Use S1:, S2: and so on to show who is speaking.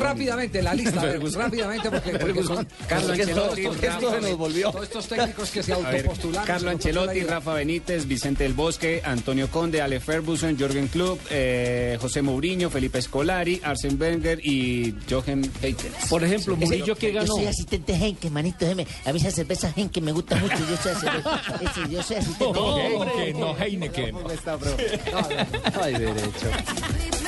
S1: Rápidamente, la lista, a ver, rápidamente, porque, porque son
S2: Carlo
S1: porque estos-
S2: Ancelotti,
S1: estos-
S2: Rafa
S1: estos-
S2: nos volvió.
S1: Todos estos técnicos que se
S2: A ver,
S1: autopostularon.
S2: Carlo
S1: se
S2: Ancelotti,
S1: postularon.
S2: Rafa Benítez, Vicente del Bosque, Antonio Conde, Ale Ferguson, Jorgen Klopp, eh, José Mourinho, Felipe Scolari, Arsène Wenger y Jochen Heikens.
S3: Por ejemplo,
S4: Ese-
S3: Murillo que ganó.
S4: Yo soy asistente Henke, manito, déjeme. A mí esa cerveza Henke me gusta mucho. Yo soy asistente. ese, yo soy asistente.
S5: No, Heineken, no, Heineken.
S1: No, no, no.
S2: Ay, derecho.
S6: Sleep